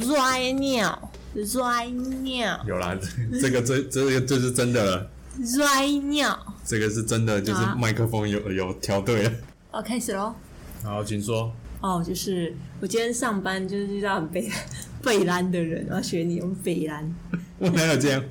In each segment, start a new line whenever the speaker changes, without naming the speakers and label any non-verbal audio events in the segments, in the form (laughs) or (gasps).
拽尿，拽尿，
有啦，这这个这这个就是真的了，
拽尿。
这个是真的，就是
啊
麦克风有有调对了。
哦，开始喽。
好，请说。
哦，就是我今天上班就是遇到很北 (laughs) 北兰的人，我要学你用北兰。
我哪有
(laughs)
这样？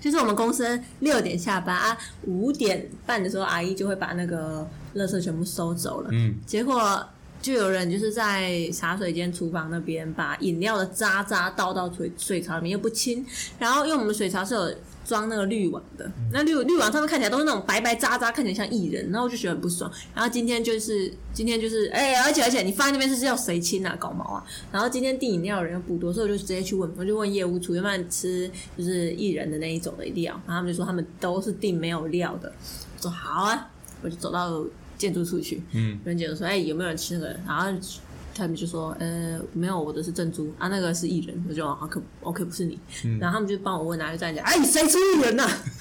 就是我们公司六点下班啊，五点半的时候阿姨就会把那个垃圾全部收走了。
嗯，
结果就有人就是在茶水间厨房那边把饮料的渣渣倒到水水槽里面又不清，然后因为我们水槽是有装那个滤网的，那滤滤网上面看起来都是那种白白渣渣，看起来像艺人，然后我就觉得很不爽。然后今天就是今天就是哎、而且而且你放在那边是要谁清啊，搞毛啊！然后今天订饮料的人又不多，所以我就直接去问，我就问业务处要不然吃就是艺人的那一种的料，然后他们就说他们都是订没有料的，我说好啊，我就走到建筑处去，
嗯，
人姐就说：“哎、有没有人吃那个？”然后他们就说：“呃，没有，我的是珍珠啊，那个是艺人。”我就哦，可 OK，不是你。
嗯
然后他们就帮我问，然后就站起来：“哎，谁吃艺人呐、 (laughs)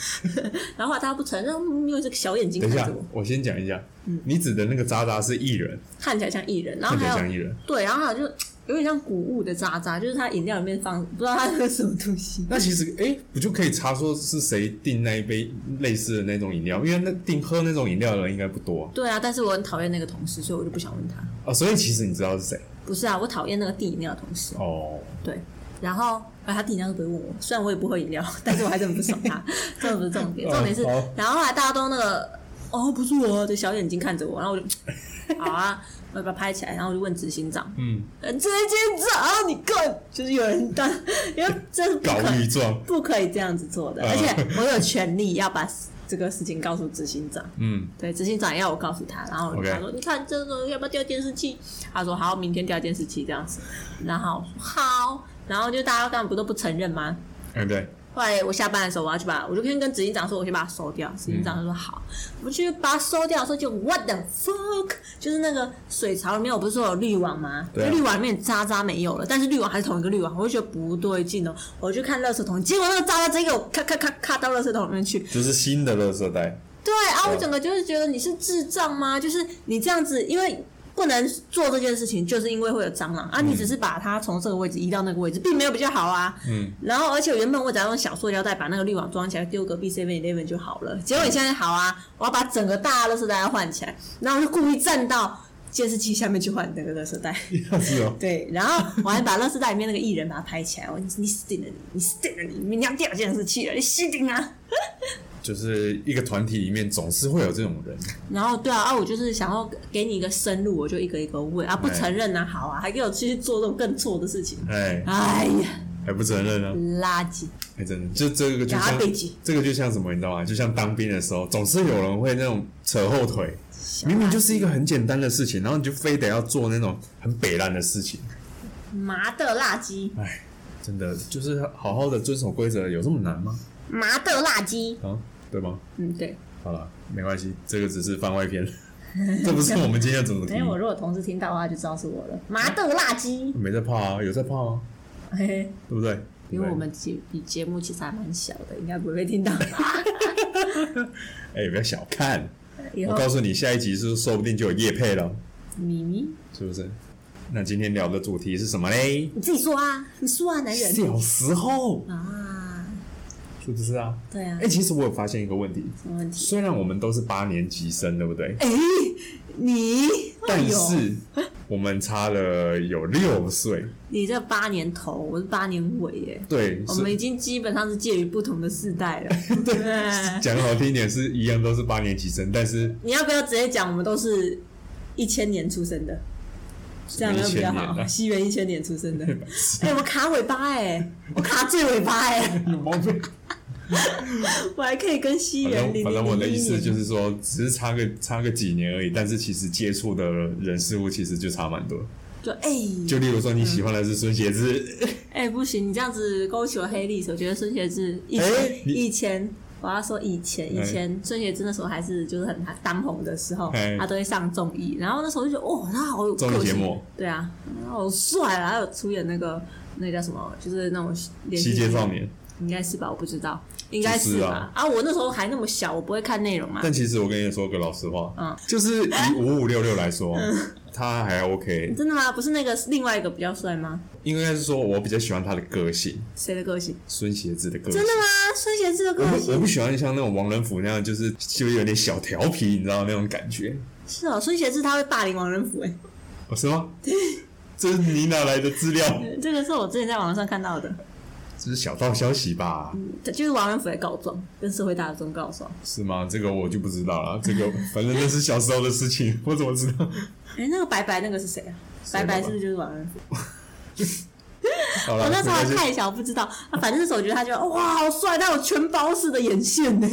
然后后来他不承认，嗯因为这个嗯小眼睛
等
看
一下
着我，，
我先讲一下，你指的那个渣渣是艺人，
看起来像艺人。然后
看起来
啊还
像
有
艺人。
对，然后还有就有点像谷物的渣渣，就是他饮料里面放不知道他是什么东西。
那其实，哎，不就可以查说是谁订那一杯类似的那种饮料？因为那订喝那种饮料的人应该不多啊
对啊，但是我很讨厌那个同事，所以我就不想问他。
哦，所以其实你知道是谁
不是啊，我讨厌那个订饮料的同事。
哦。
对，然后啊，他订饮料都不会问我，虽然我也不喝饮料，但是我还是很不爽他。
(laughs)
这不是重点，重点是
嗯好，
然后后来大家都那个，哦，不是我的小眼睛看着我，然后我就， (laughs) 好啊，我就把它拍起来，然后我就问执行长，
嗯，
呃执行长，你看，就是有人当，因为这是不
搞
可
御状，
不可以这样子做的，
嗯
而且
(laughs)
我有权利要把这个事情告诉执行长。
嗯，
对，执行长要我告诉他，然后我就
OK
他说你看这个要不要调监视器？他说好，明天调监视器这样子。然后我说好，然后就大家刚刚不都不承认吗？
哎对，
后来我下班的时候，我要去把，我就先跟执行长说，我先把它收掉。执行长
嗯
就说好，我去把它收掉的时候就 what the fuck，就是那个水槽里面，我不是说有滤网吗？
对啊
就滤网里面渣渣没有了，但是滤网还是同一个滤网，我就觉得不对劲哦。我就看垃圾桶，结果那个渣渣直接给我咔咔咔咔到垃圾桶里面去，
就是新的垃圾袋。
对啊，我
嗯
整个就是觉得你是智障吗？就是你这样子，因为不能做这件事情，就是因为会有蟑螂啊。你只是把它从这个位置移到那个位置，并没有比较好啊。
嗯，
然后而且原本我只要用小塑料袋把那个滤网装起来，丢隔壁 Seven Eleven 就好了。结果你现在好啊，我要把整个大垃圾袋换起来，然后我就故意站到监视器下面去换那个垃圾 (laughs) 袋。
(laughs) 是哦，
对，然后我还把垃圾袋里面那个艺人把它拍起来，我你你死定了你，你死定了你，你要掉监视器了，你死定啊！
就是一个团体里面总是会有这种人。
然后对啊，啊，我就是想要给你一个深入，我就一个一个问啊，不承认啊，好啊，还给我继续做这种更错的事情，
哎，
哎呀，
还不承认啊？
垃圾！
哎，真的，就这个就
假
像
背景
这个就像什么，你知道吗？就像当兵的时候，总是有人会那种扯后腿，明明就是一个很简单的事情，然后你就非得要做那种很北烂的事情。
麻的垃圾，
哎，真的就是好好的遵守规则，有这么难吗？
麻的垃圾，
啊，对吗？
嗯，对。
好了，没关系，这个只是番
(laughs)
外篇，这不是我们今天的主题
没。有，我如果同事听到的话，就知道是我了。麻豆垃圾，
没在怕啊，有在怕吗？
嘿嘿，
对不对？
因为我们节比节目其实还蛮小的，应该不会被听到。
(laughs) 哎、不要小看，
以
我
后
告诉你，下一集是说不定就有叶配了，
咪咪，
是不是？那今天聊的主题是什么嘞？
你自己说啊，你说啊，男人
小时候
啊，
是不是啊？
对啊
哎、，其实我有发现一个问题，
什么问题？
虽然我们都是八年级生，对不对？
哎，你，哎
但
呦
是我们差了有六岁，
你这八年头，我是八年尾耶。
对，
我
是
们已经基本上是介于不同的世代
(laughs)
了。对，
讲好听一点是一样都是八年级生，但是
你要不要直接讲？我们都是一千年出生的，这样
一
会比
千
较
年
好。
(laughs) 啊，
西元一千年出
(laughs)
生的，哎、我卡尾巴哎、我卡最尾巴哎、
(laughs) 有毛病。
我还可以跟西
反
元
正
零
反
零
正我的
零
意
一
思就
年。
是说，只是差个差个几年而已，但是其实接触的人事物其实就差蛮多。
就哎
就例如说，你喜
嗯
欢的是孙协志，
哎、不行，你这样子勾起我黑历史。我觉得孙协志以前、
哎你
以前，我要说以前以前孙协志那时候还是就是很当红的时候，
哎
他都会上综艺，然后那时候就觉得哦，他好有
综艺
个性
节目，
对啊，他好帅啊，还有出演那个那个叫什么，就是那种连续
西
剧
街少，年。
应该是吧？我不知道，应该
就是是
吧
啊？
啊，我那时候还那么小，我不会看内容嘛。
但其实我跟你说个老实话，
嗯
就是以五五六六来说，他还 OK，
真的吗？不是那个另外一个比较帅吗？
应该是说我比较喜欢他的个性，
谁的个性？
孙协志的个性
真。的吗？孙协志的
我
个
不我
性
不喜欢像那种王仁甫那样，就是就有点小调皮，你知道那种感觉，
是哦，孙协志他会霸凌王仁甫哎、
哦、是
(laughs)
吗？这是你哪来的资料？
这个是我之前在网上看到的，
这是小道消息吧？
就是王仁甫在告状，跟社会大众告状。
是吗？这个我就不知道了。这个反正那是小时候的事情，我怎么知道？
哎、那个白白那个是谁啊？
谁
白
的
白
吧
是不是就是王仁甫？
好
哦
了，
我那时候还
没关系
太小，不知道。啊、反正那时候我觉得他就哇，好帅，他有全包式的眼线呢，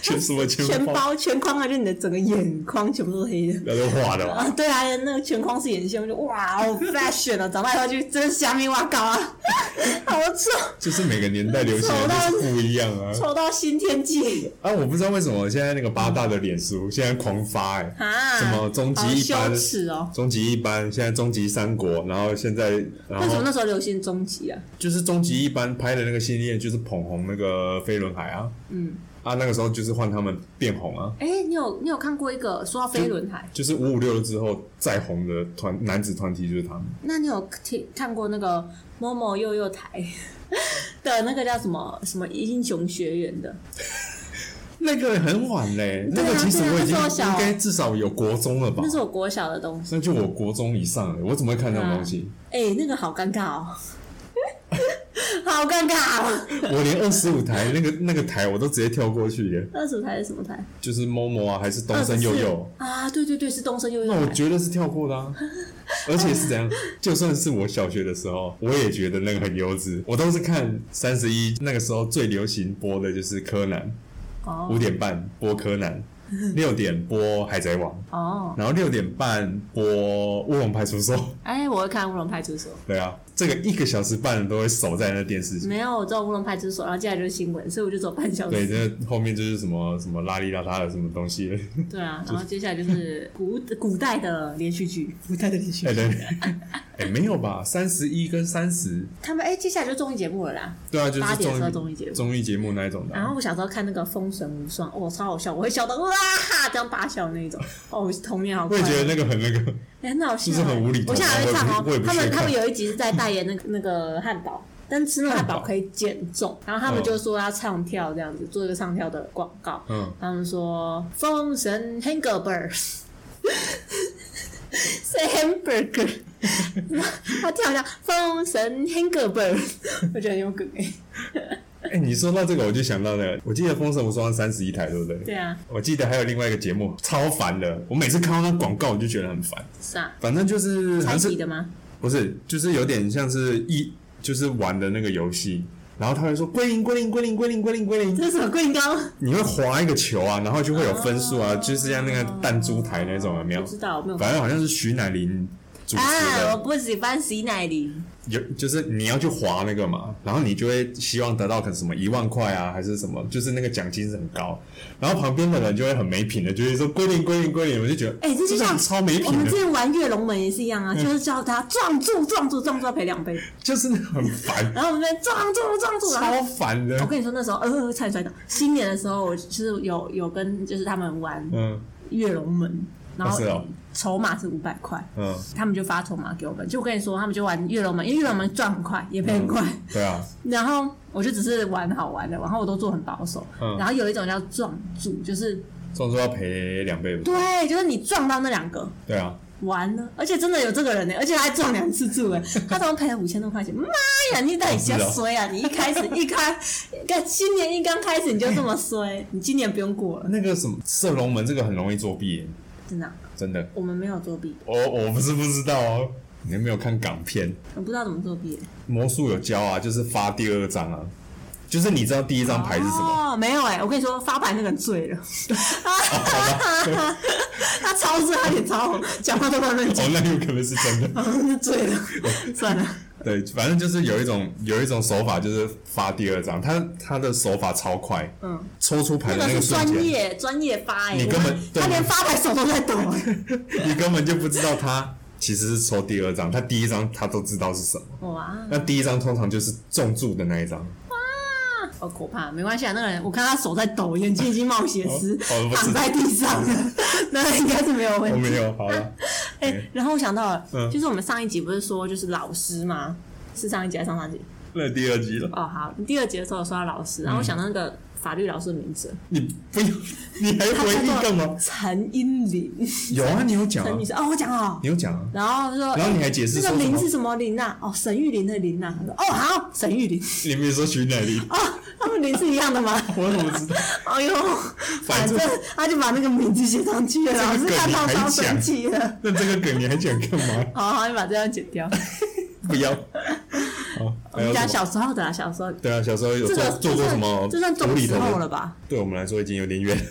全什么 (laughs) 全
全
包，
包全框啊，就你的整个眼眶全部都是黑的。
那就画的吧。
啊，对啊，那个全框是眼线，我就哇，好 fashion 啊！ (laughs) 长大以后就真的虾米哇搞啊， (laughs) 好丑，
就是每个年代流行
丑
的
到
就是不一样啊。
丑到新天际
啊，我不知道为什么现在那个八大的脸书现在狂发哎、
啊！
什么终极
好
一班
羞耻哦！
终极一班，现在终极三国，然后现在然
为什么
后
那时候流行终极啊？
就是终极一班拍的那个系列，就是捧红那个飞轮海啊
嗯，
啊，那个时候就是换他们变红啊，
哎、你有你有看过一个说到飞轮海，
就是五五六之后再红的团男子团体就是他们。
那你有听看过那个某某幼幼台 (laughs) 的那个叫什么什么英雄学院的？
那个很晚嘞、那
对啊
个其实我已经
对啊那时候
应
小
该至少有国中了吧
那？是我国小的东西。
那就我国中以上了、我怎么会看那种
(laughs)
东西？
哎、那个好尴尬哦， (laughs) 好尴尬哦！
我连二十五台那个那个台我都直接跳过去耶，
二十五台是什么台？
就是 MOMO 啊，还是东森幼幼，
啊，对对对，是东升幼幼
那我
台。
觉得是跳过的啊。而且是怎样？就算是我小学的时候，我也觉得那个很幼稚。我都是看三十一那个时候最流行播的就是柯南，五
哦
点半播柯南，六点播海贼王，
哦，
然后六点半播乌龙派出所。 (laughs)
哎、我会看《乌龙派出所
对啊，这个一个小时半都会守在那电视》，前。
没有，我知道《乌龙派出所》，然后接下来就是新闻，所以我就走半小
对，
时。
这后面就是什么什么邋里邋遢的什么东西。
对啊，然后接下来就是古古代的连续剧，古代的连续
哎、对，哎、没有吧？三十一跟三十，
他们哎、接下来就综艺节目了啦。
对啊，就是
八点的时候
综
综艺
艺
节目
综艺节目那一种的
然
啊、
后我小时候看那个《封神无双》，哦，超好笑，我会笑到哇哈这样大笑那一种。哦，童年好
我
快
也
乐，
觉得那个很那个，
哎很好笑，
就是很无厘头
我现在还会看
我也
哦
不，
他
我也
们
不屑看
他们有一集是在代言那个那个汉堡。但吃那个汉
汉
堡
堡哦
可以减重，然后他们就说要唱跳这样子，做一个唱跳的广告。
嗯，
他们说“封神 (laughs) hamburger”，是 hamburger，他跳一下“封神 hamburger”，我 (laughs) 觉得很有梗哎。
哎、你说到这个，我就想到那个，我记得《封神无双》三十一台，对不对？
对啊，
我记得还有另外一个节目，超烦的。我每次看到那广告，我就觉得很烦。
是啊，
反正就是好
猜
像
题
是
的吗？
不是，就是有点像是一就是玩的那个游戏，然后他会说归零归零归零归零归零归零，
这是什么龟高？
你会划一个球啊，然后就会有分数啊，
哦
就是像那个弹珠台那种有没有
不？知道，我没有看。
啊反正好像是徐乃麟主持
啊，我
的，
不喜欢洗奶铃。
有就是你要去划那个嘛，然后你就会希望得到可能什么一万块啊，还是什么，就是那个奖金是很高，然后旁边的人就会很没品的，就会说归零归零归零，我就觉得
哎这就像
真的超没
我
品
们之
的，嗯
前玩跃龙门也是一样啊，就是叫他撞住撞住撞住要赔两倍，
就是很
(laughs)
烦，
然后我们在那边撞住撞住，然后
嗯超烦
我
的，
跟你说那时候呃差点摔倒。新年的时候我就是有有跟就是他们玩
嗯
跃龙门，然
哦
后
是哦
筹码是五百块。
嗯，
他们就发筹码给我们，就我跟你说，他们就玩跃龙门，因为跃龙门赚很快，也赔很快。
对啊，
然后我就只是玩好玩的，然后我都做很保守。
嗯
然后有一种叫撞住，就是
撞说要赔两倍，
对，就是你撞到那两个，
对啊，
完了，而且真的有这个人呢、欸而且他还撞两次柱哎、
(laughs)
他总共赔了五千多块钱。妈呀，你到底瞎衰啊！你一开始一开，刚新年一刚开始你就这么衰，你今年不用过了，
那个什么射龙门这个很容易作弊耶，
真的啊、
真的，
我们没有作弊，
我我不是不知道哦，你有没有看港片？
我不知道怎么作弊、
魔术有教啊，就是发第二张啊，就是你知道第一张牌是什么？
哦，没有哎、我跟你说，发牌那个人醉了，啊 (laughs) 他超醉，他脸超红，讲话都乱乱讲， (laughs)
哦，那有可能是真的。
醉
(laughs)
了，算了，
对，反正就是有一种有一种手法，就是发第二张，他他的手法超快，
嗯，
抽出牌
那
的
个
个
是
瞬
专
间，
业专业发哎、
你根本
他他连发牌手都在抖、哎
(laughs) (laughs) 你根本就不知道他其实是抽第二张，他第一张他都知道是什么，
哇。
那第一张通常就是中注的那一张。
好可怕，没关系啊，那个人我看他手在抖，眼睛已经冒血丝
哦哦，不是
(laughs) 躺在地上了，那应该是没有问
我
题。
没有，好了，
哎、哎、
嗯
然后我想到了，
嗯
就是我们上一集不是说就是老师吗？是上一集还是上上集？
那第二集了，
哦，好，第二集的时候有说到老师，然后
嗯
我想到那个法律老师的名字，
你不要，你还回忆干嘛？
陈英林，
有啊，你有讲啊
陈女，士哦，我讲哦，
你有讲啊，
然后就说，哎
然后你还解释
那
说
个
什
林
么
是什么林呐、哦，沈玉林的林呐、他说哦，好，沈玉林。
你没有说徐乃麟，
哦，他们林是一样的吗？
(laughs) 我怎么知道？
哎呦，反
反正
正他就把那个名字写上去了，老师
梗
看到
你还
超生
讲
气了。
那这个梗你还讲干嘛？
好好，你把这段剪掉。
不
(laughs)
要。好，
我
还
们
有
讲
什哎么？
小时候的啦，小时候
对啊，小时候有
这
做
个
做过什么
这算这
无
算
厘
中时
头
候了
的？
吧？
对我们来说已经有点远。 (laughs)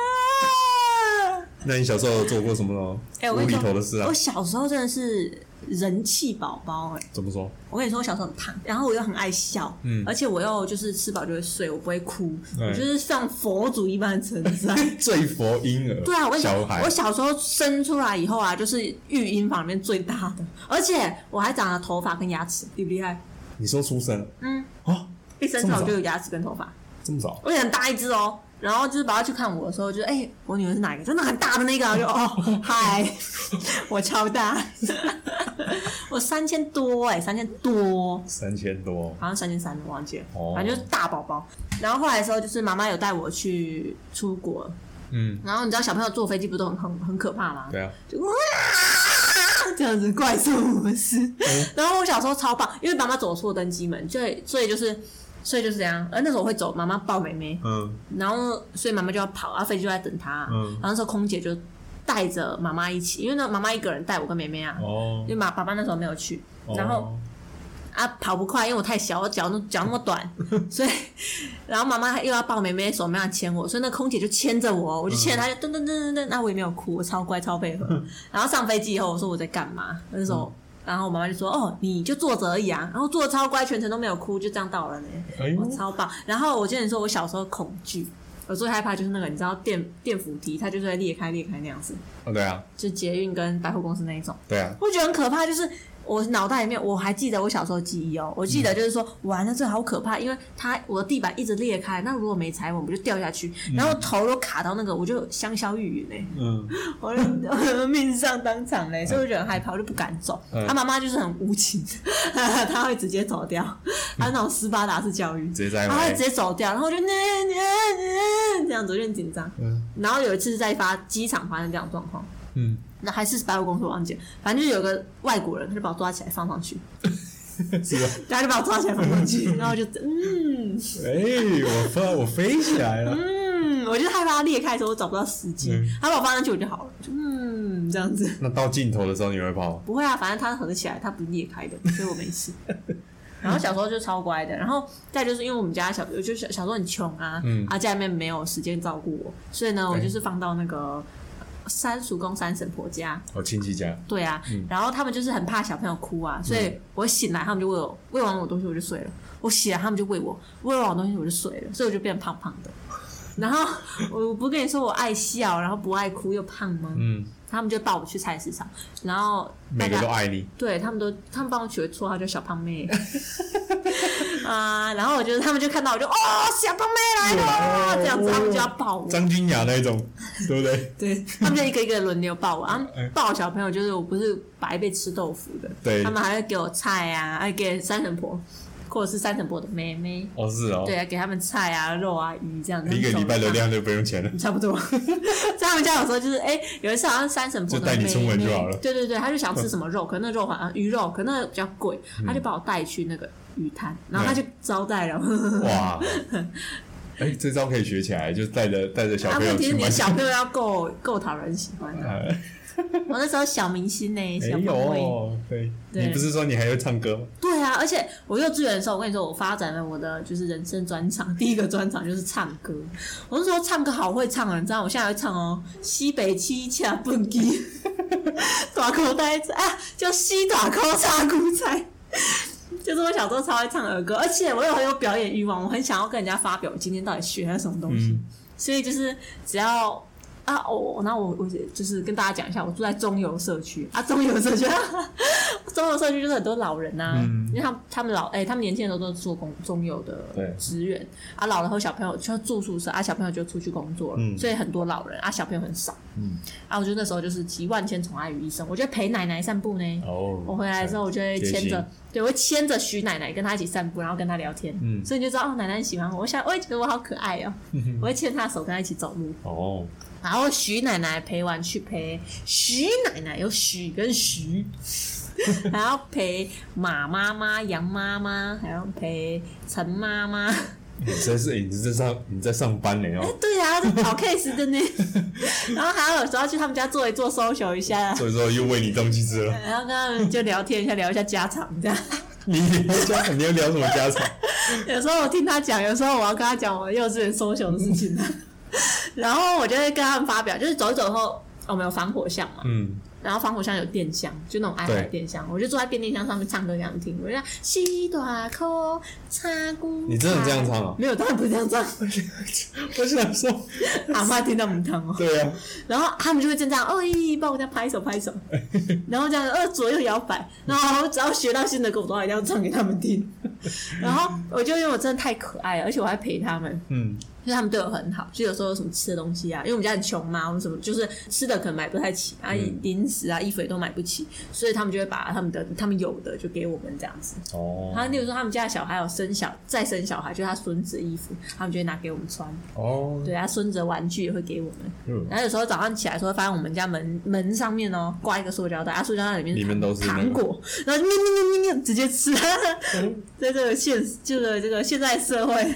啊！
那你小时候有做过什么
哎，我
无
跟你
厘
说
头的事啊
我？小时候真的是人气宝宝哎。
怎么说？
我跟你说，我小时候很胖，然后我又很爱笑，
嗯哎
而且我又就是吃饱就会睡，我不会哭，
对
我就是像佛祖一般的存在。
最佛婴儿，
对啊，我跟你
小
讲，
孩
我，小时候生出来以后啊，就是育婴房里面最大的，而且我还长了头发跟牙齿，厉不厉害？
你说出生
嗯，
啊？
一生出来我就有牙齿跟头发，
这么早？
而且很大一只哦。然后就是爸爸去看我的时候，就哎、我女儿是哪一个？真的很大的那个啊，我就哦，嗨， (laughs) 我超大， (laughs) 我三千多哎、三千多，
三千多，
好像三千三，我忘记了，
哦
反正就是大宝宝。然后后来的时候，就是妈妈有带我去出国，
嗯，
然后你知道小朋友坐飞机不都很很很可怕吗？
对啊，
就哇这样子怪兽模式。
嗯
然后我小时候超棒，因为妈妈走错登机门，所以所以就是所以就是这样。而那时候我会走，妈妈抱妹妹，
嗯
然后所以妈妈就要跑，啊，飞机就在等她。
嗯
然后那时候空姐就带着妈妈一起，因为呢妈妈一个人带我跟妹妹啊，
哦
因为，妈爸爸那时候没有去，
哦
然后。啊，跑不快，因为我太小，我脚那脚那么短，所以，然后妈妈又要抱妹妹，手没有牵我，所以那空姐就牵着我，我就牵着她，就噔噔噔噔噔，那我也没有哭，我超乖超配合。然后上飞机以后，我说我在干嘛？那时候，然后我妈妈就说：“哦，你就坐着而已啊。”然后坐的超乖，全程都没有哭，就这样到了呢，
哎呦
我超棒。然后我跟你说，我小时候恐惧，我最害怕就是那个你知道电电扶梯，它就是会裂开裂开那样子，
哦，对啊，
就捷运跟百货公司那一种。
对啊，
我觉得很可怕，就是我脑袋里面我还记得我小时候记忆哦，我记得就是说，哇，那这好可怕，因为它我的地板一直裂开，那如果没踩稳，我就掉下去，然后头都卡到那个，我就香消玉殒嘞、
嗯，
我就命丧当场嘞，所以我就很害怕，我就不敢走。
嗯
他妈妈就是很无情，他会直接走掉，他那种斯巴达式教育。
直接在
他会
买
啊直，接走掉，然后我就这样子，我就很紧张。
嗯
然后有一次是在发机场发生这样的状况，
嗯，
那还是百货公司我忘记了，反正就是有个外国人，他就把我抓起来放上去，
(laughs) 是吧？啊
他就把我抓起来放上
(laughs)
去，然后我就嗯
哎，我飞，我飞起来了，
嗯，我就害怕它裂开的时候我找不到时机，
嗯
他把我放上去我就好了，就嗯这样子，
那到尽头的时候你会跑？
不会啊，反正它合起来，它不是裂开的，所以我没
(laughs)
事。然后小时候就超乖的，然后再就是因为我们家小，我就小小时候很穷啊，
嗯
啊家里面没有时间照顾我，所以呢，我
对
就是放到那个三叔公三婶婆家，
我亲戚家，
对啊，
嗯
然后他们就是很怕小朋友哭啊，所以我醒来他们就喂我，喂完我东西我就睡了，我醒来他们就喂我，喂完我东西我就睡了，所以我就变胖胖的。然后我不跟你说我爱笑，然后不爱哭又胖吗？
嗯，
他们就抱我去菜市场，然后大
每个
家
都爱你，
对他们都，他们帮我取了绰号叫小胖妹， (laughs) 啊、然后我就他们就看到我就哦小胖妹
哦
来了，这样子他们就要抱我，
张君雅那一种，对不对？
对他们就一个一个轮流抱我，然后
哎
抱小朋友就是我不是白被吃豆腐的，
对
他们还会给我菜啊，还给三婶婆或者是三婶婆的妹妹，
哦，是哦，
对啊，给他们菜啊、肉啊、鱼这样子。
一个礼拜流量就不用钱了，
差不多， (laughs) 在他们家有时候就是，哎、有一次好像三婶婆的
就带你
妹
出门就
妹
好了嗯
对对对，他就想吃什么肉，可那肉好像啊鱼肉，可那比较贵，他就把我带去那个鱼摊，然后他就招待了。
哇！ (laughs) 哎，这招可以学起来，就带着带着
(laughs)
小
啊，
朋友
问题
去
是你
买
的。小朋友要够够讨人喜欢的。
啊
我那时候小明星呢、
没
小胖妹。
有，哎对，
对
你不是说你还会唱歌吗？
对啊，而且我幼稚园的时候，我跟你说，我发展了我的就是人生专场，第一个专场就是唱歌。我那时候唱歌好会唱啊，你知道我现在会唱哦，西北七恰蹦迪，大口袋子啊，叫西大口叉古仔。 (laughs) 就是我小时候超会唱儿歌，而且我又很有表演欲望，我很想要跟人家发表我今天到底学了什么东西。
嗯
所以就是只要啊，啊，我那我我就是跟大家讲一下，我住在中游社区啊，中游社区， (laughs) 中游社区就是很多老人呐、
嗯
因为他们他们老哎、他们年轻的时候都是做工中游
对
的职员啊，老人和小朋友就住宿舍啊，小朋友就出去工作了，
嗯
所以很多老人啊，小朋友很少，
嗯
啊，我觉得那时候就是集万千宠爱于一身，我觉得陪奶奶散步呢，
哦，
我回来之后，我就会
贴
牵
心
着，对，我会牵着徐奶奶跟她一起散步，然后跟她聊天，
嗯
所以你就知道哦，奶奶很喜欢我，我想我也觉得我好可爱哦，我会牵她的手跟她一起走路，
哦，
然后徐奶奶陪完去陪徐奶奶，有许跟徐， (laughs) 还要陪马妈妈、杨妈妈，还要陪陈妈妈，
你真是你是在上你在上班呢
(laughs)
哦，
对啊，这好 case 真的， (laughs) 然后还有有时候去他们家坐一坐，social 一下，
所以说又喂你东西吃了。
然后跟他们就聊天一下，聊一下家常这样。
你家常你要聊什么家常？
有时候我听他讲，有时候我要跟他讲我幼稚园收熊的事情， (laughs) 然后我就会跟他们发表，就是走一走后，哦我们有防火巷嘛，
嗯，
然后防火巷有电箱，就那种矮矮
对
电箱，我就坐在电电箱上面唱歌给他们听，我就讲西短裤插姑，
你真的这样唱啊
没有，当然不是这样
(laughs)
唱，
我想说，
阿妈听到母汤哦，
对啊，
然后他们就会这样，哦咦，帮我这样拍手拍
(laughs)
手，然后这样呃左右摇摆，然后我只要学到新的歌，我都要一定要唱给他们听，然后我就因为我真的太可爱了，而且我还陪他们。
嗯，
就是他们对我很好，就有时候有什么吃的东西啊，因为我们家很穷嘛，我们什么就是吃的可能买不太起啊，
嗯
零食啊、衣服也都买不起，所以他们就会把他们的他们有的就给我们这样子。
哦，
然后，例如说他们家的小孩有生小再生小孩，就是他孙子的衣服，他们就会拿给我们穿。
哦，
对啊，孙子的玩具也会给我们。
嗯
然后有时候早上起来的时候，会发现我们家门门上面哦挂一个塑胶袋，啊，塑胶袋里面
里面都是那个
糖果，然后就喵喵喵喵喵直接吃。在这个现就是这个现在社会，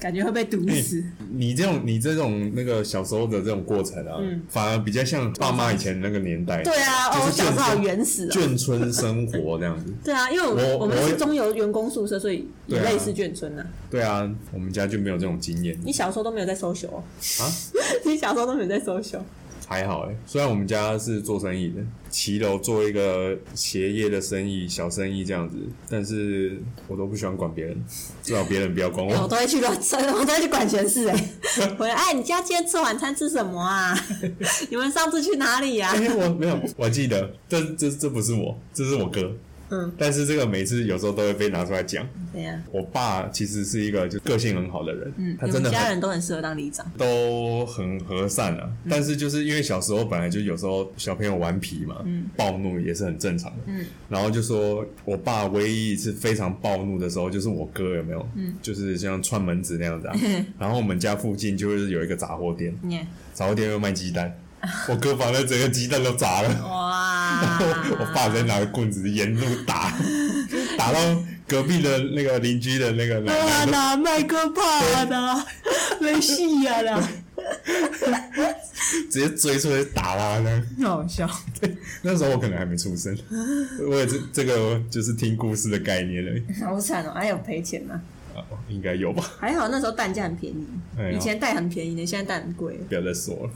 感觉会被毒死。
你这种你这种那个小时候的这种过程啊，
嗯
反而比较像爸妈以前那个年代。
对啊，哦，我
就是
小
眷
时候好原始哦。
眷村生活
(laughs)
这样子。
对啊，因为
我
我我们
我
是中游员工宿舍，所以也
对啊
类似眷村呐、啊。
对啊，我们家就没有这种经验
你小时候都没有在收哦，
啊，
(laughs) 你小时候都没有在收球，
还好哎、虽然我们家是做生意的，骑楼做一个鞋业的生意，小生意这样子，但是我都不喜欢管别人，至少别人不要管
哎我 (laughs)
我。 (laughs)
都会去乱吃，我都会去管闲事哎、欸。我说哎，你家今天吃晚餐吃什么
(laughs)
啊？你们上次去哪里啊呀、
哎、我没有，我记得，但这这不是我，这是我哥。
嗯，
但是这个每次有时候都会被拿出来讲。
怎样？
我爸其实是一个就个性很好的人，
嗯，
他
你
真的
们
很
家人都很适合当里长。
都很和善啊，但是就是因为小时候本来就有时候小朋友顽皮嘛，暴怒也是很正常的。
嗯
然后就说我爸唯一一次非常暴怒的时候，就是我哥有没有？嗯，就是像串门子那样子啊。然后我们家附近就是有一个杂货店， (laughs)
你看
杂货店又卖鸡蛋，我哥把那整个鸡蛋都砸
啊
了，
哇
我爸直接拿着棍子沿路打，打到隔壁的那个邻居的那个奶奶
啊，
都
拿麦克帕的， (laughs) 没戏啊
(laughs)
啦，
直接追出来打他这样。
好笑。
那时候我可能还没出生，我也是这个就是听故事的概念了，
好惨哦，还有赔钱吗？
啊应该有吧？
还好那时候蛋价很便宜
哎，呦
以前蛋很便宜的，现在蛋很贵
不要再说了，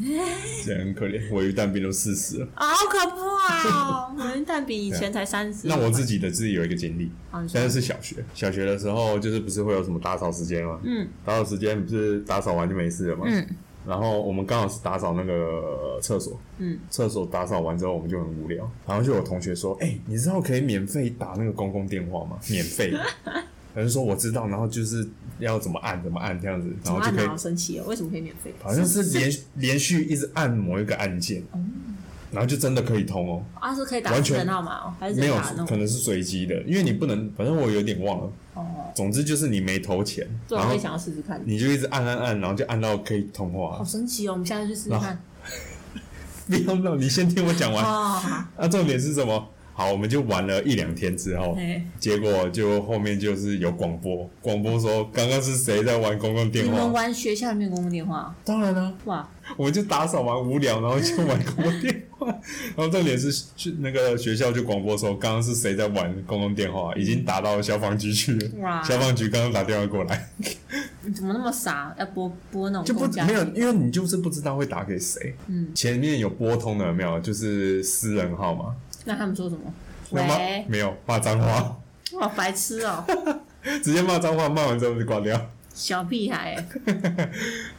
现在很可怜，我鱼蛋饼都四十了。
啊，好可怕哦！ (laughs) 我们蛋比以前才三十。
哎那我自己的自己有一个经历
啊你，说
但是是小学，小学的时候就是不是会有什么打扫时间吗？
嗯，
打扫时间不是打扫完就没事了吗？
嗯，
然后我们刚好是打扫那个厕所，
嗯，
厕所打扫完之后我们就很无聊，然后就有同学说：“哎、你知道可以免费打那个公共电话
(laughs)
吗？免费。”有人说我知道，然后就是要怎么按怎么按这样子，然后就
按
可以
好神奇哦，为什么可以哦免费？
好像是连连续一直按某一个按键，然后就真的可以通哦。
啊，是可以打
完
私
全
人号码哦，还是只
没
能
有
打那，
可
种？
能是随机的，因为你不能，反正我有点忘了。
哦，
总之就是你没投钱，
对，
然
我
后
也想要试试看，
你就一直按按按，然后就按到可以通
好
话。
神奇哦！我们下次去试试看。
(laughs) 不要闹，你先听我讲完。
哦，
(laughs)
好
那、重点是什么？好，我们就玩了一两天之后
哎，
结果就后面就是有广播，广播说刚刚是谁在玩公共电
你们
话？
玩学校里面公共电话哦？
当然啦、啊
哇，
我们就打扫完无聊，然后就玩公共电话。 (laughs) 然后重点是去那个学校就广播说，刚刚是谁在玩公共电话，已经打到消防局去了。
哇
消防局刚刚打电话过来，
你怎么那么傻？要拨拨那种
就不
公家
没有，因为你就是不知道会打给谁。
嗯，
前面有拨通的有没有？就是私人号码。
那他们说什么？
那骂
喂，
没有骂脏话， (laughs)
哇，白痴哦！
直接骂脏话，骂完之后就挂掉。
小屁
(laughs)
孩、欸，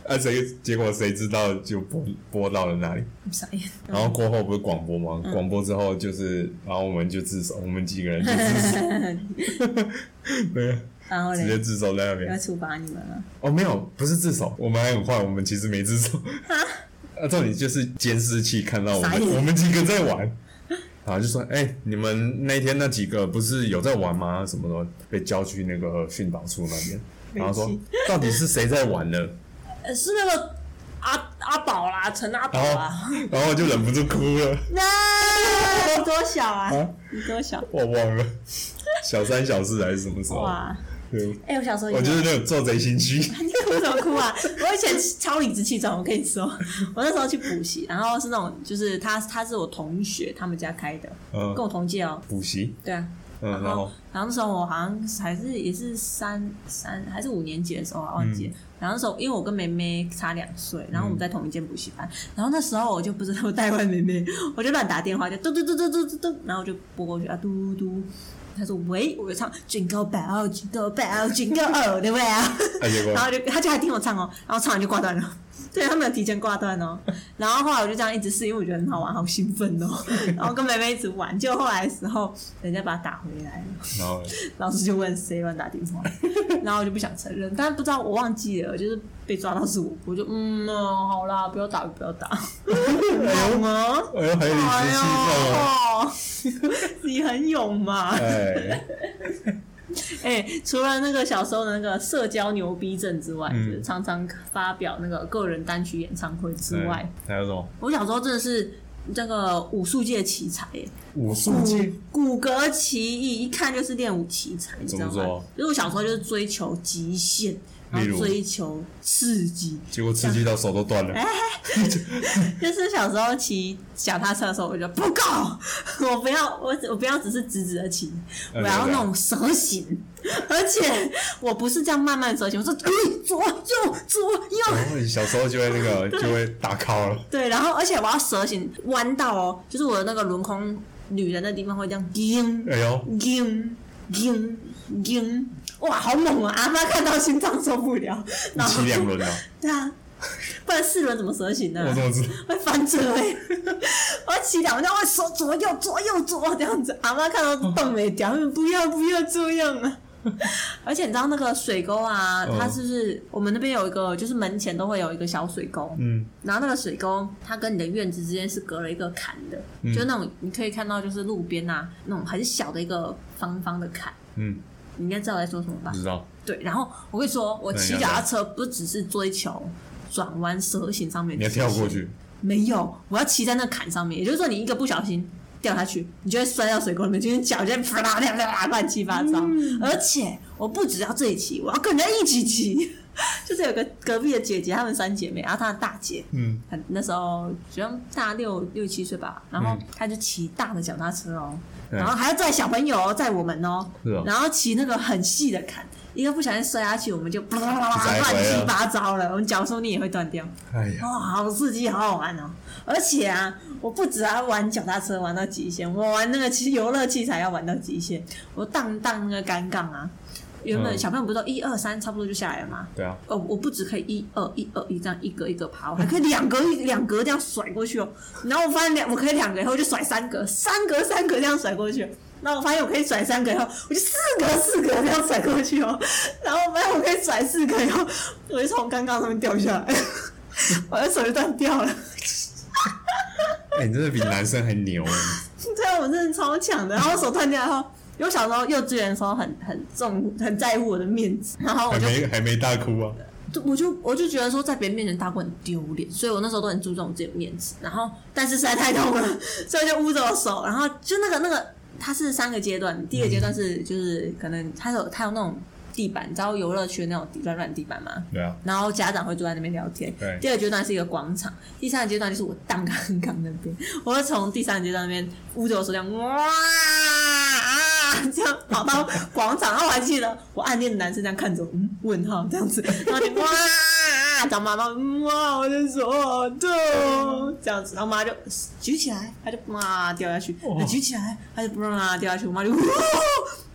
啊，谁结果谁知道就播播到了那里，
傻眼。
然后过后不是广播
嗯
吗？广播之后就是，然后我们就自首，我们几个人
(laughs)
就自首，对，
(laughs) 然后
直接
嘞，
自首在那
要
边。
处罚你们了。
哦，没有，不是自首，我们还很坏，我们其实没自首。啊，重点就是监视器看到我
傻
们
眼
我们几个在玩，然后就说：“哎、你们那天那几个不是有在玩吗？什么的，被叫去那个训导处那
(laughs)
边。”然后
没
说
戏
到底是谁在玩呢？
呃是那个阿阿宝啦，陈阿宝
然后
啦。，
然后我就忍不住哭了。
那你多小啊
啊？
你多小？
我忘了，小三小四还是什么时候？
哇！
哦对，
哎、我小时候也
我就是那种做贼心
(laughs)
虚。
你哭什么哭啊？我以前超理直气壮，我跟你说， (laughs) 我那时候去补习，然后是那种就是他他是我同学他们家开的，
嗯
跟我同届哦，
补习，
对啊。
嗯，然后
然后那时候我好像还是也是三三还是五年级的时候啊，忘
嗯
记了。然后那时候因为我跟梅梅差两岁，然后我们在同一间补习班。然后那时候我就不知道带坏梅梅， (laughs) 我就乱打电话，就嘟嘟嘟嘟嘟嘟嘟，然后我就拨过去啊，嘟嘟。他说喂，我就唱 Jingle Bell Jingle Bell Jingle All the Way 啊。
啊，结果
然后就他就还听我唱哦，然后唱完就挂断了。 (laughs) 对他没有提前挂断哦，然后后来我就这样一直试，因为我觉得很好玩，好兴奋哦。 (laughs) 然后跟妹妹一直玩，就后来的时候，人家把他打回来了， (laughs)
然后
老师就问谁乱打电话， (laughs) 然后我就不想承认，但不知道我忘记了，就是被抓到是我，我就嗯哦，好啦，不要打，不要打，
(laughs) 哎
勇啊！
呦，哎呦，还有理直气壮啊！
呦， (laughs) 你很勇嘛！
哎，
哎、除了那个小时候的那个社交牛逼症之外，
嗯
就是常常发表那个个人单曲演唱会之外，
哎还有什么
我小时候真的是那个武术界奇才耶，
武术界？
骨骼奇异，一看就是练武奇才，你知道
怎么
吗
说？
因为我小时候就是追求极限，然
例如
后追求刺激，
结果刺激到手都断
哎
了。
就是小时候骑脚踏车的时候，我就不够，我不要，我只我不要只是直直的骑，我
嗯
要那种蛇形，而且我不是这样慢慢蛇形，我是、呃左右左右，
然后你小时候就会那
(laughs)
个，就会打 call 了。
对，然后而且我要蛇形弯到哦，就是我的那个轮空女人的地方会这样叮
哎呦，
叮叮叮，哇，好猛啊！阿妈看到心脏受不了，然后
骑两轮啊！
对啊，不然四轮怎么蛇形呢、
我怎么知道？
(laughs) 会翻车哎、我要骑两，我就会手左右左右左这样子，阿妈看到动没掉，她说不要不要这样啊！ (laughs) 而且你知道那个水沟啊，
嗯
它是不是我们那边有一个，就是门前都会有一个小水沟，
嗯，
然后那个水沟它跟你的院子之间是隔了一个坎的，
嗯
就是那种你可以看到就是路边啊那种很小的一个方方的坎，
嗯，
你应该知道我在说什么吧
不？知道。
对，然后我跟你说，我骑
对
脚踏车不只是追求转弯蛇形上面，
你要跳过去，
没有，我要骑在那坎上面，也就是说你一个不小心掉下去，你就会摔到水沟里面，就是脚就会啪啦啪啦啪啦乱七八糟。
嗯
而且我不只要自己骑，我要跟人家一起骑。 (laughs) 就是有个隔壁的姐姐，她们三姐妹，然后她的大姐，
嗯，
很那时候好像大六六七岁吧，然后她就骑大的脚踏车哦，
嗯
然后还要载小朋友哦，载我们哦，
是哦
然后骑那个很细的坎，一个不小心摔下去，我们就啪啦啪啦
就栽
乱
回了
七八糟了，我们脚说你也会断掉。
哎呀，
哇，好刺激，好好玩哦！而且啊，我不只要玩脚踏车玩到极限，我玩那个其游乐器材要玩到极限。我荡荡那个杆杠啊，原本
嗯
小朋友不是都一二三差不多就下来了吗？
对啊，
哦，我不只可以一二一二一这样一格一格爬，我还可以两格一两格这样甩过去哦。然后我发现两，我可以两格以后就甩三格，三格三格这样甩过去。哦然后我发现我可以甩三格以后，我就四格四格这样甩过去哦。然后我发现我可以甩四格以后，我就从杆杠上面掉下来， (laughs) 我的手就断掉了。
哎，你真的比男生
(laughs)
还牛哎。
对啊，我真的超强的。然后我手断掉以后，因为我小时候幼稚园的时候很很重很在乎我的面子，然后我
还
就
没还没大哭啊？
就我就我就觉得说，在别人面前打滚很丢脸，所以我那时候都很注重自己的面子。然后，但是实在太痛了， (laughs) 所以就捂着我手。然后就那个那个，它是三个阶段，第一个阶段是就是可能它有它有那种地板，你知道游乐区的那种地软软地板吗？
对啊，
然后家长会坐在那边聊天
对。
第二阶段是一个广场，第三个阶段就是我荡杠杠那
(laughs)
边，我会从第三个阶段那边捂着我手这样哇啊这样跑到
(laughs)
广场，然后我还记得我暗恋的男生这样看着我，嗯，问号这样子，然后就哇啊啊找妈妈哇，我的手好痛，哦这样子，然后妈就举起来，她就哇掉下去，
哇
举起来，她就哇掉下去，我妈就呜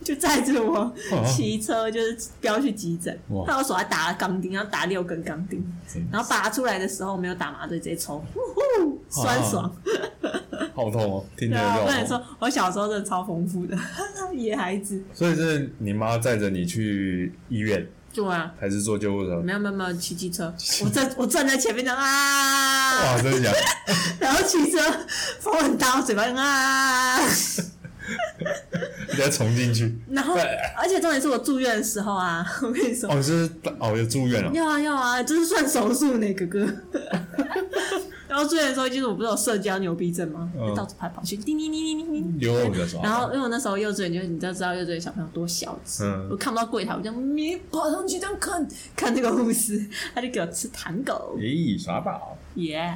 就载着我
哦
骑车，就是飙去急诊
哇，
她我手还打了钢钉，然后打六根钢钉
嗯，
(laughs) 然后拔出来的时候没有打麻醉，直接抽，呜呼，酸爽。
好痛哦，听起
对
来
啊，
就
我跟
好
你说
痛。，
我小时候真的超丰富的， (laughs) 野孩子。
所以是你妈载着你去医院，
对啊，
还是坐救护车？
没有没有没有骑机车，我站我站在前面这样啊，
哇，真的假的？ (laughs)
然后骑车风很大，我嘴巴这样啊，
你再冲进去？
然后
对
而且重点是我住院的时候啊，我跟你说，
哦，是哦，有住院了。
要啊要啊，就是算手术呢，哥哥。然后住院的时候，就是我不是有社交牛逼症吗？
嗯
就到处跑来跑去，叮叮叮叮叮叮。
游泳的时候，
然后因为我那时候幼稚园，就是你知道知道幼稚园小朋友多小只，
嗯
我看不到柜台，我就咪跑上去这样看看那个护士，他就给我吃糖狗，
咦，哎耍宝。
耶、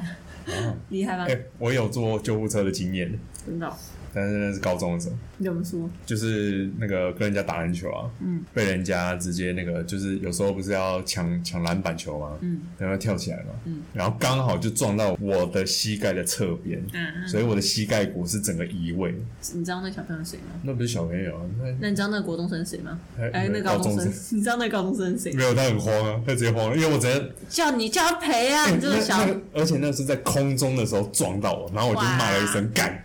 厉害吧？
哎、我有坐救护车的经验，
真的哦、
但是那是高中的时候，
你怎么说？
就是那个跟人家打篮球啊，
嗯，
被人家直接那个，就是有时候不是要抢抢篮板球吗？
嗯，
然后跳起来嘛，
嗯，
然后刚好就撞到我的膝盖的侧边，
嗯，
所以我的膝盖骨是整个移位。
你知道那小朋友是谁吗？
那不是小朋友、啊，那
那你知道那个国中生是谁吗？
哎
哎，那个高中
高中
生，你知道那个高中生是谁？
没有，他很慌啊，他直接慌了，因为我直接，
叫你叫他赔啊！你这个
哎那
小，
那个而且那是在空中的时候撞到我，然后我就骂了一声干。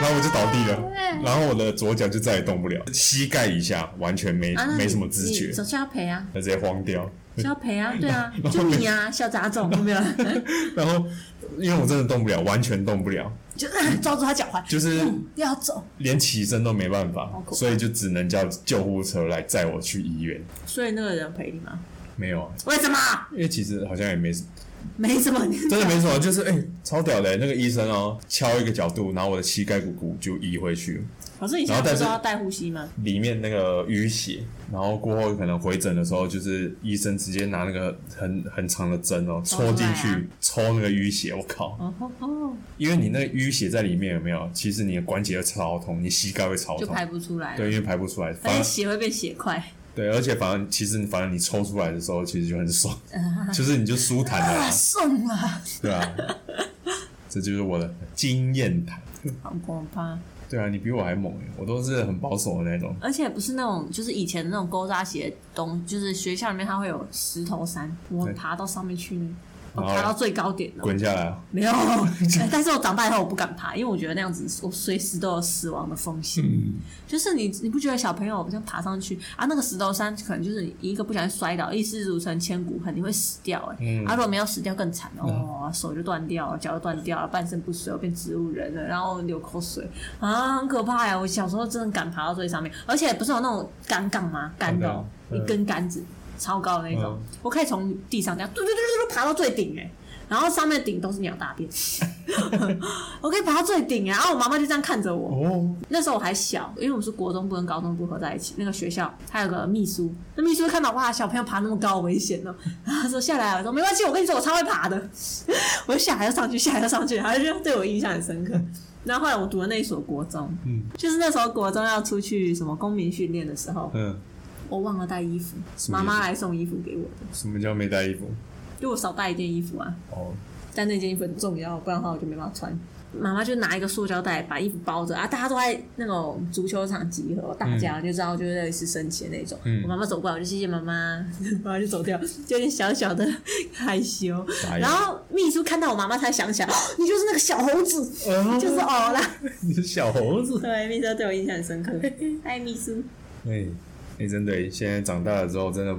然后我就倒地了，
嗯
然后我的左脚就再也动不了，膝盖以下完全没、
啊，那你
没什么知觉
你，首先要赔
(laughs)
啊，
直接慌掉。
就要赔啊，对啊，
然后
就你啊，小杂种，有没 (laughs) 有？
然后因为我真的动不了，完全动不了，
就 (laughs) 抓住他脚踝， (laughs)
就是
要走。
连起身都没办法
好，可怕
所以就只能叫救护车来载我去医院。
所以那个人赔你吗？
没有啊，
为什么？
因为其实好像也没什
没什么，
真的没什么，就是哎、超屌的、那个医生哦，敲一个角度，然后我的膝盖骨骨就移回去了。
老师，你现
然后
在不是
但是
都要带护膝吗？
里面那个淤血，然后过后可能回诊的时候，就是医生直接拿那个很很长的针哦，戳进去、
出来啊
抽那个淤血，我靠！
哦吼吼，
因为你那个淤血在里面有没有？其实你的关节会超痛，你膝盖会超
就
痛，
排不出来
哦
哎
对，
了，
因为排不出来，
而
反
且
而
血会变血块
对，而且反而其实反而你抽出来的时候，其实就很
(laughs)
爽，就是你就舒坦
(laughs)
了
啊，
啦，
送啊，
对啊，这就是我的经验谈。
好可怕！
对啊，你比我还猛耶我都是很保守的那种。
而且不是那种，就是以前那种勾扎鞋的东，就是学校里面它会有石头山，我
对
爬到上面去呢，我
然后
爬到最高点了，
滚下来啊！
没有。哎但是我长大以后我不敢爬，因为我觉得那样子我随时都有死亡的风险。
嗯
就是你你不觉得小朋友这样爬上去啊，那个石头山可能就是你一个不小心摔倒，一失足成千古恨，你会死掉哎、
嗯
啊，如果没有死掉更惨哦，手就断掉了，脚就断掉了，半身不遂，我变植物人了，然后流口水啊，很可怕呀、我小时候真的敢爬到最上面，而且不是有那种杆杠吗？杆的哦、
嗯
一根杆子。超高的那种，
嗯
我可以从地上这样嘟嘟嘟嘟嘟爬到最顶哎、然后上面顶都是鸟大
(laughs)
便，我可以爬到最顶哎、然后我妈妈就这样看着我，
哦，
那时候我还小，因为我们是国中部跟高中部合在一起，那个学校还有个秘书，那秘书看到哇，小朋友爬那么高，危险哦， (laughs) 然后他说下来啊，我说没关系，我跟你说我超会爬的， (laughs) 我就下来就上去，下来就上去，然后他就对我印象很深刻。然后后来我读的那一所国中，
嗯
就是那时候国中要出去什么公民训练的时候，
嗯，
我忘了带衣服，
什么
妈
意思
妈来送衣服给我的，
什么叫没带衣服？
就我少带一件衣服啊，
哦，
但那件衣服很重要，不然的话我就没办法穿。妈妈就拿一个塑胶袋把衣服包着啊，大家都在那种足球场集合打架，就知道就是类似生前那种。
嗯
我妈妈走过来，我就谢谢妈妈， (laughs) 妈妈就走掉，就有点小小的害羞。
傻眼
然后秘书看到我妈妈才想起来，哦 (gasps) 你就是那个小猴 (laughs) 子，
哦
就是哦啦。
你是 (laughs) 小猴子。
对，秘书对我印象很深刻。 (laughs) 嗨，秘书，
哎、哎、真的耶，现在长大了之后，真的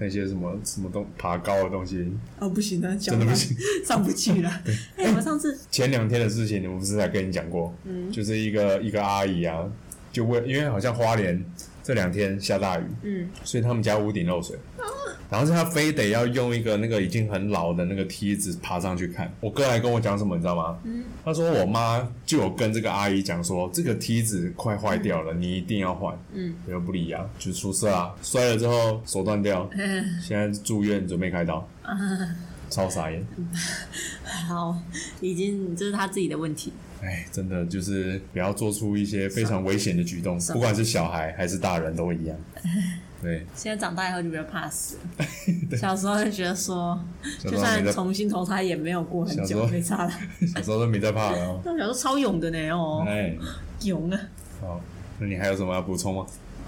那些什么什么东爬高的东西，
哦不行了，脚
真的不行。
上不去
(laughs)
了。哎、我上次
前两天的事情，我不是才跟你讲过，
嗯
就是一个一个阿姨啊，就为因为好像花莲这两天下大雨，
嗯
所以他们家屋顶漏水，然后是他非得要用一个那个已经很老的那个梯子爬上去看。我哥还跟我讲什么，你知道吗？
嗯
他说我妈就有跟这个阿姨讲说，这个梯子快坏掉了，你一定要换。
嗯
结果不理啊，就出事啦，摔了之后手断掉，
嗯，啊
现在住院准备开刀，超傻眼。
好，已经这是他自己的问题。
哎，真的就是不要做出一些非常危险的举动，
是
不管是小孩还是大人都一样。对，
现在长大以后就比较怕死
(laughs)
了，小时候就觉得说，(laughs)
小
就
时候没
算
在，
重新投胎也没有过很
小时
久，
候
没差了。
小时候都没在怕了、哦。
那我小时候超勇的呢，哦，
(laughs) 哎，
勇啊！
好，哦那你还有什么要补充吗？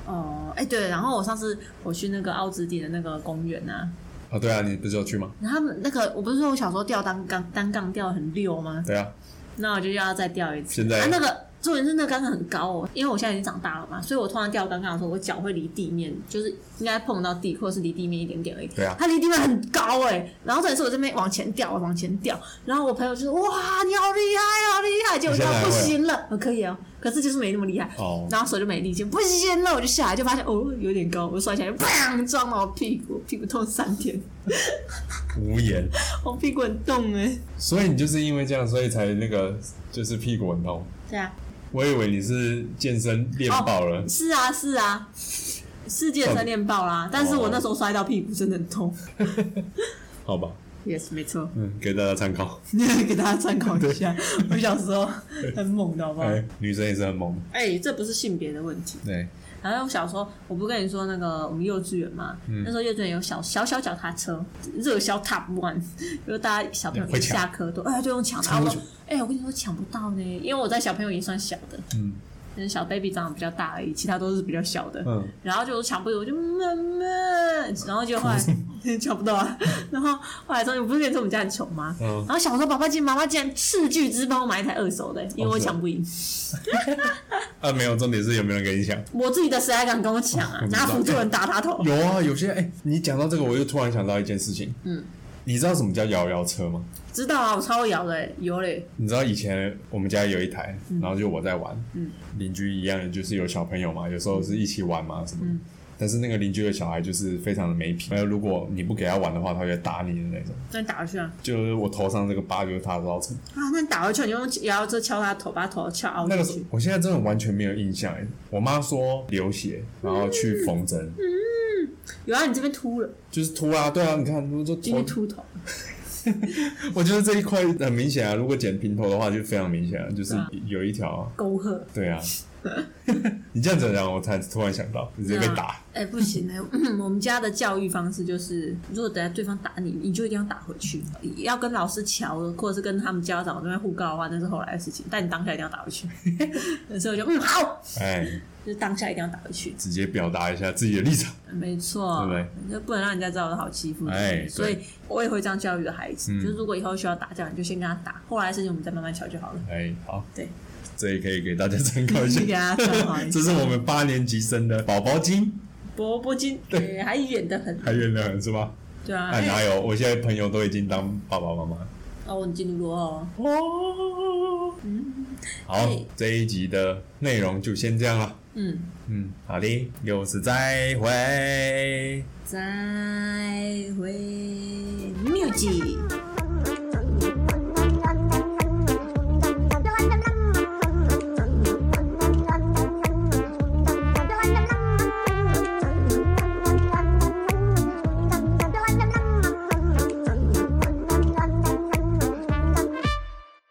哦，哎对，然后我上次我去那个奥兹地的那个公园啊，
啊，对啊，你不是有去吗？
然后他们那个我不是说我小时候吊单杠，单杠吊得很溜吗？
对啊，
那我就要再吊一次。
现在
啊，那个重点是那个杆杠很高哦，因为我现在已经长大了嘛，所以我通常吊杆杠的时候，我脚会离地面，就是应该碰到地，或者是离地面一点点而已。
对啊
它离地面很高哎、然后重点是我这边往前掉，往前掉，然后我朋友就说：“哇，你好厉害，好厉害！”结果
你现在
他
还
不
会啊
行了，我可以哦，可是就是没那么厉害。
哦，
然后手就没力气，不行了，我就下来，就发现哦有点高，我就摔下来，砰撞到我屁股，屁股痛三天，
无言。
我屁股很痛哎、
所以你就是因为这样，所以才那个就是屁股很痛。
对啊，
我以为你是健身练爆了，
是啊，是啊，世界三练爆
哦
啦！但是我那时候摔到屁股真的很痛。
好吧？
Yes，没错，
嗯，给大家参考。
给大家参考一下。我小时候很猛的，好不好？
哎，女生也是很猛，
哎、这不是性别的问题。
对，
然后我小时候，我不跟你说那个我们幼稚园嘛，
嗯
那时候幼稚园有小小小脚踏车，热销 Top One，就是大家小朋友
会
一
抢
下课都哎就用抢的，
抢
啊
不
我
住
哎、我跟你说抢不到呢，因为我在小朋友也算小的，
嗯
就是小 baby 长得比较大而已，其他都是比较小的，
嗯，
然后就抢不赢，我就妈妈，然后就
(laughs)
后来抢不到啊。然后后来终于不是跟你说我们家很穷吗？
嗯
然后小时候爸爸竟妈妈竟然斥巨资帮我买一台二手
哦
的，因为我抢不赢，
啊，没有，重点是有没有人跟你讲？
我自己的谁还敢跟我抢啊
(laughs) 我？知道
拿辅助人打他头。
有啊，有些哎、你讲到这个，我就突然想到一件事情。
嗯，
你知道什么叫摇摇车吗？
知道啊，我超会摇的欸，有嘞，
你知道以前我们家有一台，然后就我在玩，
嗯
邻居一样，就是有小朋友嘛，有时候是一起玩嘛什么的。但是那个邻居的小孩就是非常的没品，还有如果你不给他玩的话，他会打你的那种。
那你打回去啊！
就是我头上这个疤就是他造成。
啊，那你打回去，你用摇摇车敲他头，把他头敲凹
那
进
个时候
去。
我现在真的完全没有印象哎，我妈说流血，然后去缝针，
有啊，你这边秃了，
就是秃啊，对啊，你看，我就
今
头
天秃头，
(laughs) 我觉得这一块很明显啊，如果剪平头的话就非常明显了、就是
对啊
有一条、
沟壑。
对啊。 (laughs) 你这样子讲，我才突然想到，你直接被打，
哎、不行哎、我们家的教育方式就是，如果等下对方打你，你就一定要打回去，要跟老师瞧，或者是跟他们家长那边互告的话，啊那是后来的事情。但你当下一定要打回去， (laughs) 所以我就嗯好，
哎，
就是当下一定要打回去，
直接表达一下自己的立场。
没错，
对
就不能让人家知道我好欺负。
哎对
所以我也会这样教育的孩子，
嗯
就是如果以后需要打架，你就先跟他打，后来的事情我们再慢慢瞧就好了。
哎，好，
对，
这也可以给大家参考一下
你给大家参考一下
这是我们八年级生的宝宝经，
波波金
对
哎还远得很，
还远得很是吧？
对啊，
哎，
哎
哪有？我现在朋友都已经当爸爸妈妈了。
哦，你进入罗哦。
哦，好
哎，
这一集的内容就先这样了。
嗯，
嗯，好的，又是再会。
再会，music。